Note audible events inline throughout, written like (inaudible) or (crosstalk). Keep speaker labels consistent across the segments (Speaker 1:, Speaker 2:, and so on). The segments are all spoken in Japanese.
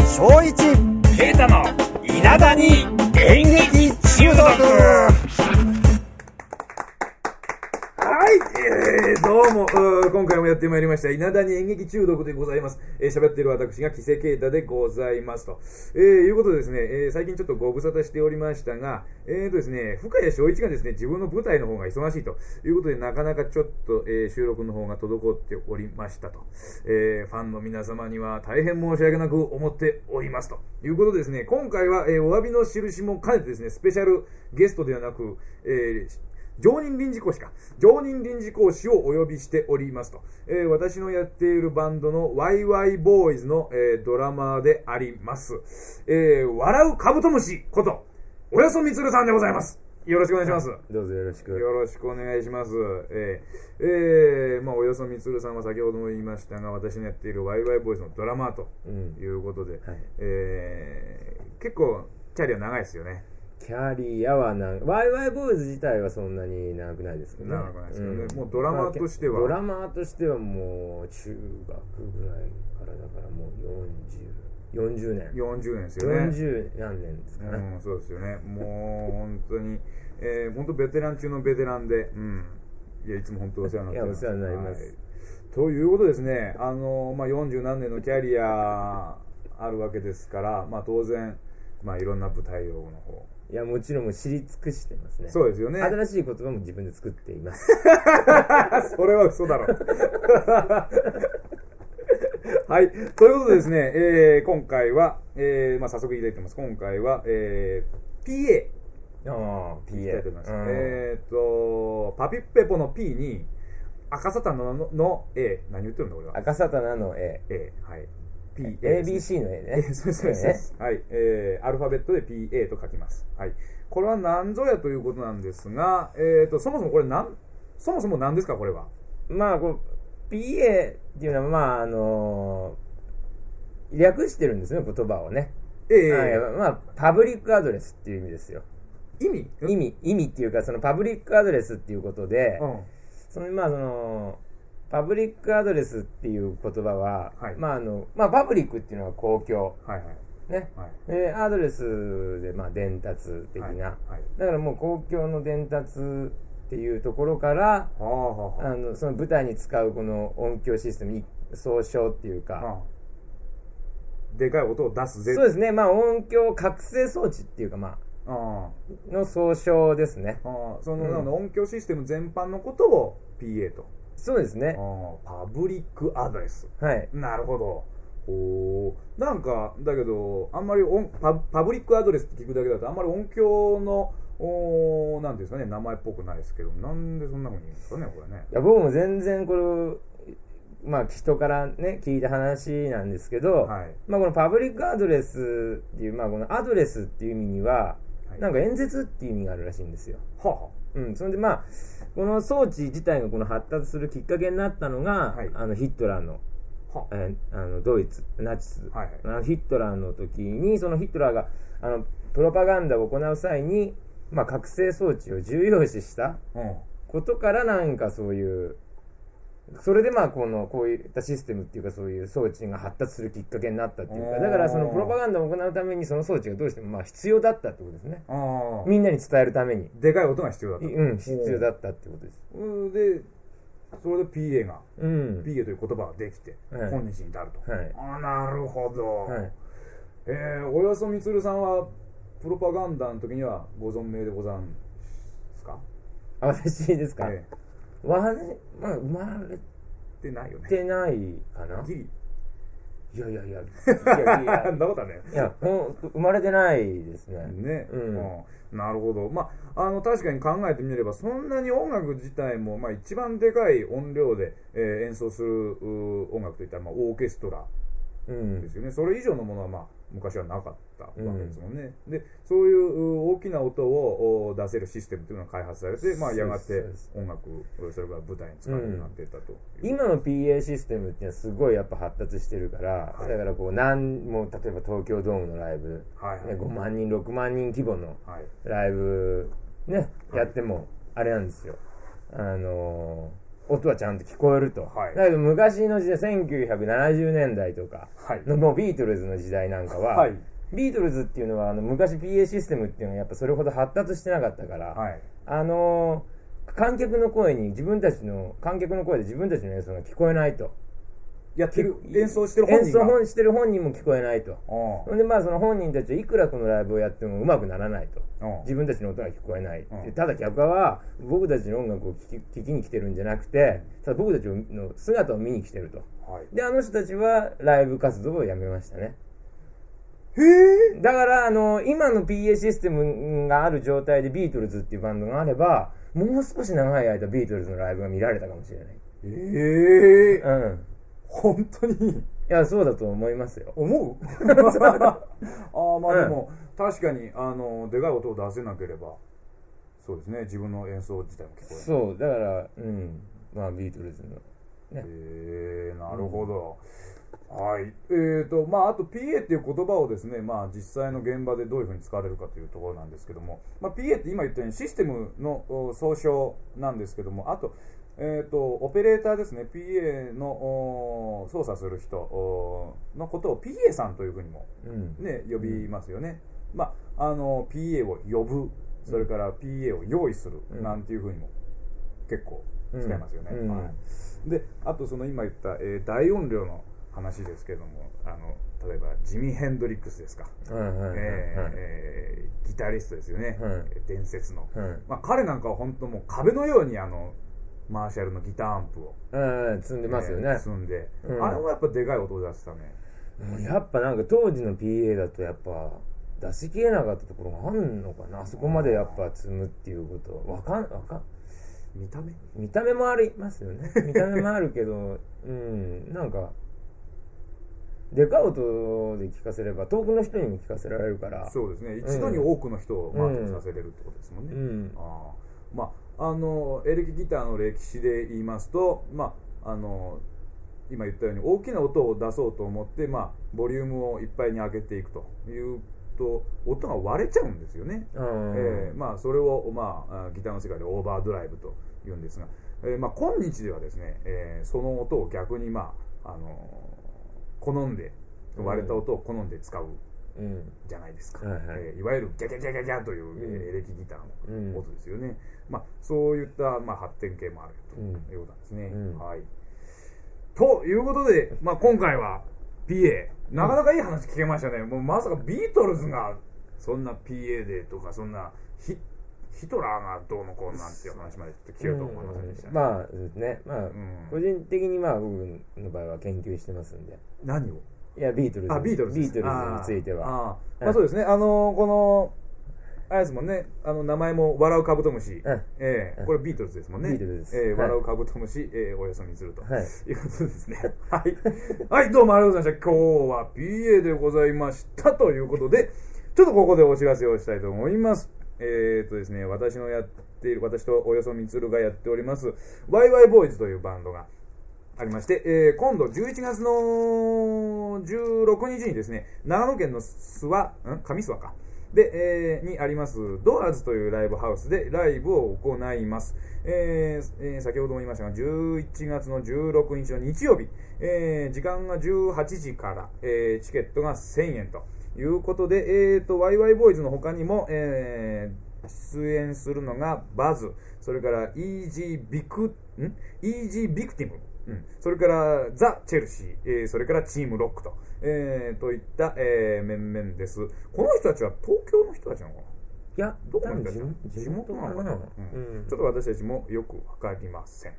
Speaker 1: 小一
Speaker 2: 平太の稲田に演劇中毒
Speaker 3: はい、えー、どうも、うー今回もやってまいりました、稲田に演劇中毒でございます。えー、喋っている私が、キセケイタでございますと。えー、いうことでですね、えー最近ちょっとご無沙汰しておりましたが、えーとですね、深谷翔一がですね、自分の舞台の方が忙しいということで、なかなかちょっと、えー収録の方が滞っておりましたと。えーファンの皆様には大変申し訳なく思っておりますと。いうことでですね、今回は、えーお詫びの印も兼ねてですね、スペシャルゲストではなく、えー常任臨時講師か。常任臨時講師をお呼びしておりますと。えー私のやっているバンドのワイワイボーイズの、えードラマーであります。えー笑うカブトムシこと、およそみつるさんでございます。よろしくお願いします。
Speaker 4: どうぞよろしく。
Speaker 3: よろしくお願いします。えーえーまあ、およそみつるさんは先ほども言いましたが、私のやっているワイワイボーイズのドラマーと
Speaker 4: うん
Speaker 3: いうことで、
Speaker 4: はい
Speaker 3: えー結構、キャリア長いですよね。
Speaker 4: キャリアはなん、ワイワイボーイズ自体はそんなに長くないですけどね。
Speaker 3: 長くないですけどね
Speaker 4: ん
Speaker 3: もうドラマーとしては
Speaker 4: ドラマーとしてはもう中学ぐらいからだからもう40、40年。
Speaker 3: 40年ですよね。
Speaker 4: 40何年ですかね。
Speaker 3: うん、そうですよね。もう、本当に、えー、本当ベテラン中のベテランで、うん。いや、いつも本当お世話になってます。
Speaker 4: いやお世話になります
Speaker 3: はいということですね、あの、まあ、40何年のキャリアあるわけですから、まあ、当然、まあ、いろんな舞台用の方。
Speaker 4: いや、もちろんもう知り尽くしてますね。
Speaker 3: そうですよね
Speaker 4: 新しい言葉も自分で作ってい
Speaker 3: (laughs)
Speaker 4: ます。
Speaker 3: あそれは嘘だろ。 (laughs) はい。ということでですね、えー、今回は、えー、まあ、早速いただいてます。今回は、えー、PA。
Speaker 4: ああ、
Speaker 3: いきたいと思います。
Speaker 4: うん
Speaker 3: えーっと、パピッペポの P に、赤サタンののの A、何言ってるんだ俺は。
Speaker 4: 赤魚の A。
Speaker 3: A、はい。P、A ですね。
Speaker 4: ABC の A
Speaker 3: え
Speaker 4: ね。
Speaker 3: ーそうですそうですそうです。はい。えー、アルファベットで PA と書きます。はい。これは何ぞやということなんですが、えーっと、そもそもこれなん、そもそも何ですか、これは。
Speaker 4: まあこう PA っていうのはまああの略してるんですね言葉をね、
Speaker 3: えー
Speaker 4: はいまあパブリックアドレスっていう意味ですよ
Speaker 3: 意味
Speaker 4: 意味意味っていうかそのパブリックアドレスっていうことで、
Speaker 3: うん。は
Speaker 4: そのまあそのパブリックアドレスっていう言葉は、
Speaker 3: はい
Speaker 4: まああのまあパブリックっていうのは公共
Speaker 3: いはい。
Speaker 4: ね
Speaker 3: はい。
Speaker 4: でアドレスでまあ伝達的な、
Speaker 3: はいはい
Speaker 4: だからもう公共の伝達っていうところから
Speaker 3: はあはあは
Speaker 4: あのその舞台に使うこの音響システムい総称っていう
Speaker 3: あ
Speaker 4: か、
Speaker 3: はあ。でかい音を出すぜ。
Speaker 4: そうですねまあ音響覚醒装置っていうかま
Speaker 3: うん
Speaker 4: あの総称ですね
Speaker 3: ああその、
Speaker 4: うん
Speaker 3: なんだ音響システム全般のことを PA と
Speaker 4: そうですね
Speaker 3: ああパブリックアドレス
Speaker 4: はい
Speaker 3: なるほどおーなんかだけどあんまり音パパブリックアドレスって聞くだけだとあんまり音響のおーなんていうんですかね名前っぽくないですけどなんでそんなふうに言うんですかねこれね
Speaker 4: いや僕も全然これまあ人からね聞いた話なんですけど、
Speaker 3: はい
Speaker 4: まあこのパブリックアドレスっていうまあこのアドレスっていう意味には、
Speaker 3: はい
Speaker 4: なんか演説っていう意味があるらしいんですよ
Speaker 3: はあは
Speaker 4: うん、それでまあこの装置自体がこの発達するきっかけになったのが、
Speaker 3: はい
Speaker 4: あのヒットラーの
Speaker 3: あはあ
Speaker 4: えーあのドイツナチス、
Speaker 3: はい
Speaker 4: あのヒットラーの時にそのヒットラーがあのプロパガンダを行う際に、まあ、覚醒装置を重要視した
Speaker 3: うん
Speaker 4: ことからなんかそういうそれでまあこのこういったシステムっていうかそういう装置が発達するきっかけになったっていう
Speaker 3: お
Speaker 4: か
Speaker 3: ー
Speaker 4: だからそのプロパガンダを行うためにその装置がどうしてもまあ必要だったってことですね
Speaker 3: あ
Speaker 4: みんなに伝えるために
Speaker 3: あでかい音が必要だと
Speaker 4: いうん必要だったってことです
Speaker 3: うんでそれで PA が
Speaker 4: うん
Speaker 3: PA という言葉ができて、
Speaker 4: はい
Speaker 3: 今日に至ると、
Speaker 4: はい
Speaker 3: あなるほど、
Speaker 4: はい
Speaker 3: えー、およそみつるさんはプロパガンダの時にはご存命でござんすか
Speaker 4: あ私ですか、
Speaker 3: ええ
Speaker 4: わまあ生まれ
Speaker 3: でないよね
Speaker 4: てないかな
Speaker 3: ギリ
Speaker 4: いやいやいや、いやいや
Speaker 3: そんなことはね
Speaker 4: いや、もう生まれてないですね。
Speaker 3: ね、
Speaker 4: うん
Speaker 3: うんなるほどまああの確かに考えてみればそんなに音楽自体も、まあ、一番でかい音量で、えー演奏するうー音楽といったら、まあ、オーケストラ
Speaker 4: う
Speaker 3: で
Speaker 4: ん。
Speaker 3: すよねそれ以上のものはまあ昔はなかったわけですもんね、でそういうう大きな音をお出せるシステムというのが開発されて、まあ、
Speaker 4: そうです
Speaker 3: やがて
Speaker 4: そうです
Speaker 3: 音楽それから舞台に使うようになっていったという、
Speaker 4: 今の PA システムっていうのはすごいやっぱ発達してるから、
Speaker 3: はい
Speaker 4: だからこう、なん、もう例えば東京ドームのライブ、
Speaker 3: はいはい
Speaker 4: ね、5万人、6万人規模の
Speaker 3: はい
Speaker 4: ライブ、ね、
Speaker 3: い
Speaker 4: やっても、あれなんですよ。あのー音はちゃんと聞こえると。
Speaker 3: はい
Speaker 4: だけど昔の時代、1970年代とか
Speaker 3: はい
Speaker 4: の、もうビートルズの時代なんかは、
Speaker 3: はい
Speaker 4: ビートルズっていうのはあの昔 PA システムっていうのはやっぱそれほど発達してなかったから、
Speaker 3: はい。
Speaker 4: あのー観客の声に自分たちの、観客の声で自分たちの演奏が聞こえないと。
Speaker 3: やってる、演奏してる本人が。
Speaker 4: 演奏本してる本人も聞こえないと。
Speaker 3: うん
Speaker 4: ほんでまあその本人たちはいくらこのライブをやってもうまくならないと
Speaker 3: うん
Speaker 4: 自分たちの音が聞こえない、
Speaker 3: ん
Speaker 4: でただ客は僕たちの音楽を聴き聞きに来てるんじゃなくてただ僕たちの姿を見に来てると
Speaker 3: はい。
Speaker 4: であの人たちはライブ活動をやめましたね
Speaker 3: へえ。
Speaker 4: だからあの今の PA システムがある状態でビートルズっていうバンドがあればもう少し長い間ビートルズのライブが見られたかもしれない
Speaker 3: ええ。
Speaker 4: うん
Speaker 3: 本当に、
Speaker 4: いやそうだと思いますよ (laughs)
Speaker 3: 思うああ、まあでも、確かに、あの、でかい音を出せなければ、そうですね、自分の演奏自体も聞こえない。
Speaker 4: そうだからうんまあビートルズの
Speaker 3: えー、なるほど。はい。えーと、まあ、あと PA っていう言葉をですね、まあ、実際の現場でどういうふうに使われるかというところなんですけども、まあ、PA って今言ったようにシステムのお総称なんですけども、あと、えーと、オペレーターですね、PA のお操作する人おのことを PA さんというふうにも
Speaker 4: うん
Speaker 3: ね、呼びますよね、まあ、あの PA を呼ぶそれから PA を用意する
Speaker 4: うん
Speaker 3: なんていうふうにも結構使いますよね、
Speaker 4: うん
Speaker 3: はいであとその今言った、えー大音量の話ですけどもあの例えばジミー・ヘンドリックスですか、
Speaker 4: うんうんうんうん
Speaker 3: えーえーギタリストですよね、
Speaker 4: うん
Speaker 3: えー伝説の、
Speaker 4: うん
Speaker 3: まあ、彼なんかは本当もう壁のようにあのマーシャルのギターアンプを、
Speaker 4: うん積んでますよ
Speaker 3: え
Speaker 4: ね
Speaker 3: ー、積んで、
Speaker 4: うん
Speaker 3: あれもやっぱでかい音を出してたね
Speaker 4: もうやっぱなんか当時の PA だとやっぱ出しきれなかったところがあんのかなあそこまでやっぱ積むっていうことわかんわかん
Speaker 3: 見た目
Speaker 4: 見た目もあります
Speaker 3: (laughs)
Speaker 4: よね見た目もあるけどうんなんかでかい音で聞かせれば遠くの人にも聞かせられるから
Speaker 3: そうですね一度に多くの人をマークさせれるってことですもんね、
Speaker 4: うん
Speaker 3: あーまああのエレキギターの歴史で言いますとまああの今言ったように大きな音を出そうと思って、まあ、ボリュームをいっぱいに上げていくというと音が割れちゃうんですよね、
Speaker 4: うん
Speaker 3: えーまあ、それを、まああー、ギターの世界でオーバードライブと言うんですが、えーまあ、今日ではですね、えーその音を逆に、まああのー好んで割れた音を好んで使う
Speaker 4: うん
Speaker 3: じゃないですか、
Speaker 4: はいはい
Speaker 3: えーいわゆるギャギャギャギャギャという、えー
Speaker 4: うん
Speaker 3: エレキギター
Speaker 4: うん
Speaker 3: の音ですよね、まあ、そういった、まあ、発展系もあると
Speaker 4: うん
Speaker 3: いうことなんですね、
Speaker 4: うん
Speaker 3: はい、ということで、まあ、今回は PA なかなかいい話聞けましたね、もうまさかビートルズがそんな PA でとかそんなヒヒトラーがどうのこうのなんていう話までちょっと聞けると思いませんでした、ね
Speaker 4: まあそうですねまあ、
Speaker 3: ん
Speaker 4: 個人的にまあ僕の場合は研究してますんで
Speaker 3: 何を
Speaker 4: いやビートルズ
Speaker 3: あビートルズです
Speaker 4: ビートルズについては
Speaker 3: あーあー
Speaker 4: う
Speaker 3: まあ
Speaker 4: ん
Speaker 3: そうですねあのーこのあれですもんねあの名前も「笑うカブトムシ」ええ
Speaker 4: うん
Speaker 3: これビートルズですもんね
Speaker 4: ビートルズです
Speaker 3: ええ
Speaker 4: はい
Speaker 3: 笑うカブトムシ、ええおよそみずると、、
Speaker 4: はい
Speaker 3: うことですね (laughs) はい、はい、どうもありがとうございました今日は PA でございましたということでちょっとここでお知らせをしたいと思いますえっ、とですね私のやっている私とおよそみつるがやっておりますワイワイボーイズというバンドがありまして、えー今度11月の16日にですね、長野県の諏訪、ん上諏訪か。で、えーにあります、ドアーズというライブハウスでライブを行います。えーえー先ほども言いましたが、11月の16日の日曜日、えー時間が18時から、えーチケットが1000円ということで、えーと、ワイワイボーイズの他にも、えー出演するのがバズ、それからイージービク、んイージービクティム、うん、それからザ・チェルシー、えーそれからチームロックと、えーといった、えー面々です。この人たちは東京の人たちなのかない
Speaker 4: や、
Speaker 3: ど
Speaker 4: 多
Speaker 3: こなん
Speaker 4: 分
Speaker 3: だ
Speaker 4: 地元地元なのかな。
Speaker 3: うんちょっと私たちもよくわかりませんと。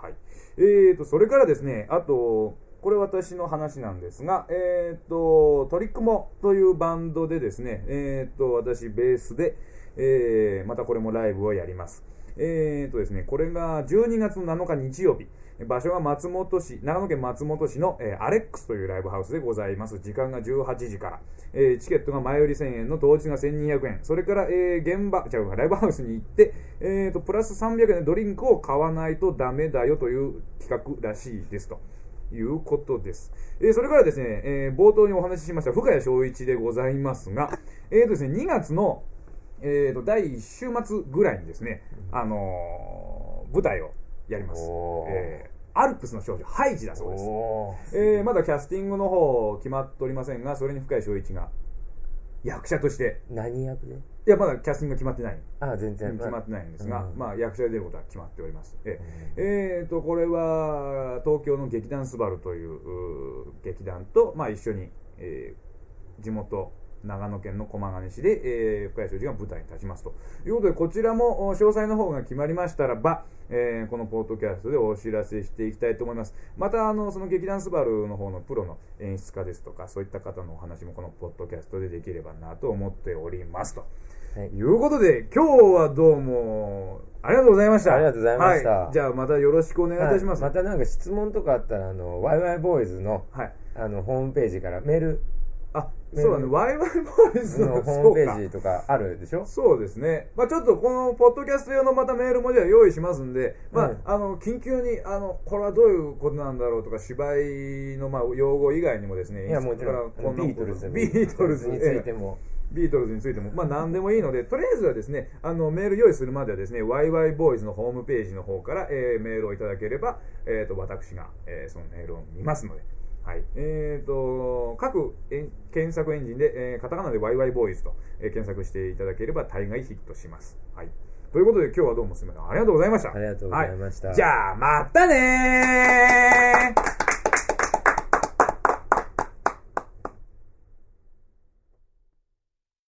Speaker 3: はい。えーと、それからですね、あと、これ私の話なんですが、えーと、トリックモというバンドでですね、えーと、私ベースで、えーまたこれもライブをやります。えーとですね、これが12月の7日日曜日、場所が松本市、長野県松本市の、えーアレックスというライブハウスでございます。時間が18時から。えーチケットが前売り1000円の当日が1200円。それから、えー現場、違う、ライブハウスに行って、えーと、プラス300円でドリンクを買わないとダメだよという企画らしいですと。いうことです。えーそれからですね、えー冒頭にお話ししました、深谷翔一でございますが、えーとですね、2月の、えーと、第1週末ぐらいにですね、あのー舞台をやります
Speaker 4: おー。
Speaker 3: えーアルプスの少女、ハイジだそうです。
Speaker 4: おー
Speaker 3: えーまだキャスティングの方決まっておりませんが、それに深井翔一が役者として、
Speaker 4: 何役で
Speaker 3: いや、まだキャスティングが決まってない。
Speaker 4: ああ、全
Speaker 3: うん
Speaker 4: 然。
Speaker 3: 決まってないんですが、
Speaker 4: うん
Speaker 3: まあ役者で出ることは決まっております。ええーと、これは東京の劇団スバルといううー劇団と、まあ、一緒に、えー地元長野県の駒ヶ根市で、えー深井庄司が舞台に立ちますということでこちらもお詳細の方が決まりましたらば、えーこのポッドキャストでお知らせしていきたいと思いますまたあのその劇団スバルの方のプロの演出家ですとかそういった方のお話もこのポッドキャストでできればなと思っておりますと。
Speaker 4: はい
Speaker 3: ということで、今日はどうも、ありがとうございました。
Speaker 4: ありがとうございました
Speaker 3: はい、じゃあ、またよろしくお願いいたします。
Speaker 4: はいまたなんか質問とかあったら、あの、ワイワイボーイズの、
Speaker 3: はい。
Speaker 4: あの、ホームページからメール
Speaker 3: あ、そうだね、
Speaker 4: ね
Speaker 3: ワイワイボーイズ
Speaker 4: の
Speaker 3: の、
Speaker 4: ホームペ
Speaker 3: そう
Speaker 4: ー
Speaker 3: か
Speaker 4: ジとかあるでしょ
Speaker 3: そうですね。まあちょっとこのポッドキャスト用のまたメールもじゃあ用意しますんで、まあ、
Speaker 4: はい
Speaker 3: あの、緊急に、あの、これはどういうことなんだろうとか、芝居のまあ用語以外にもですね、
Speaker 4: いや、もちろん、
Speaker 3: こんな
Speaker 4: ビートルズ
Speaker 3: ビートルズ
Speaker 4: についても。
Speaker 3: ビートルズについても、まあ何でもいいので、とりあえずはですね、あの、メール用意するまではですね、ワイワイボーイズのホームページの方から、えーメールをいただければ、えっ、と、私が、えーそのメールを見ますので、はい。えっ、と、各え検索エンジンで、えーカタカナでワイワイボーイズと、えー検索していただければ大概ヒットします。はい。ということで今日はどうもすみません。ありがとうございました。
Speaker 4: ありがとうございました
Speaker 3: はじゃあ、またねー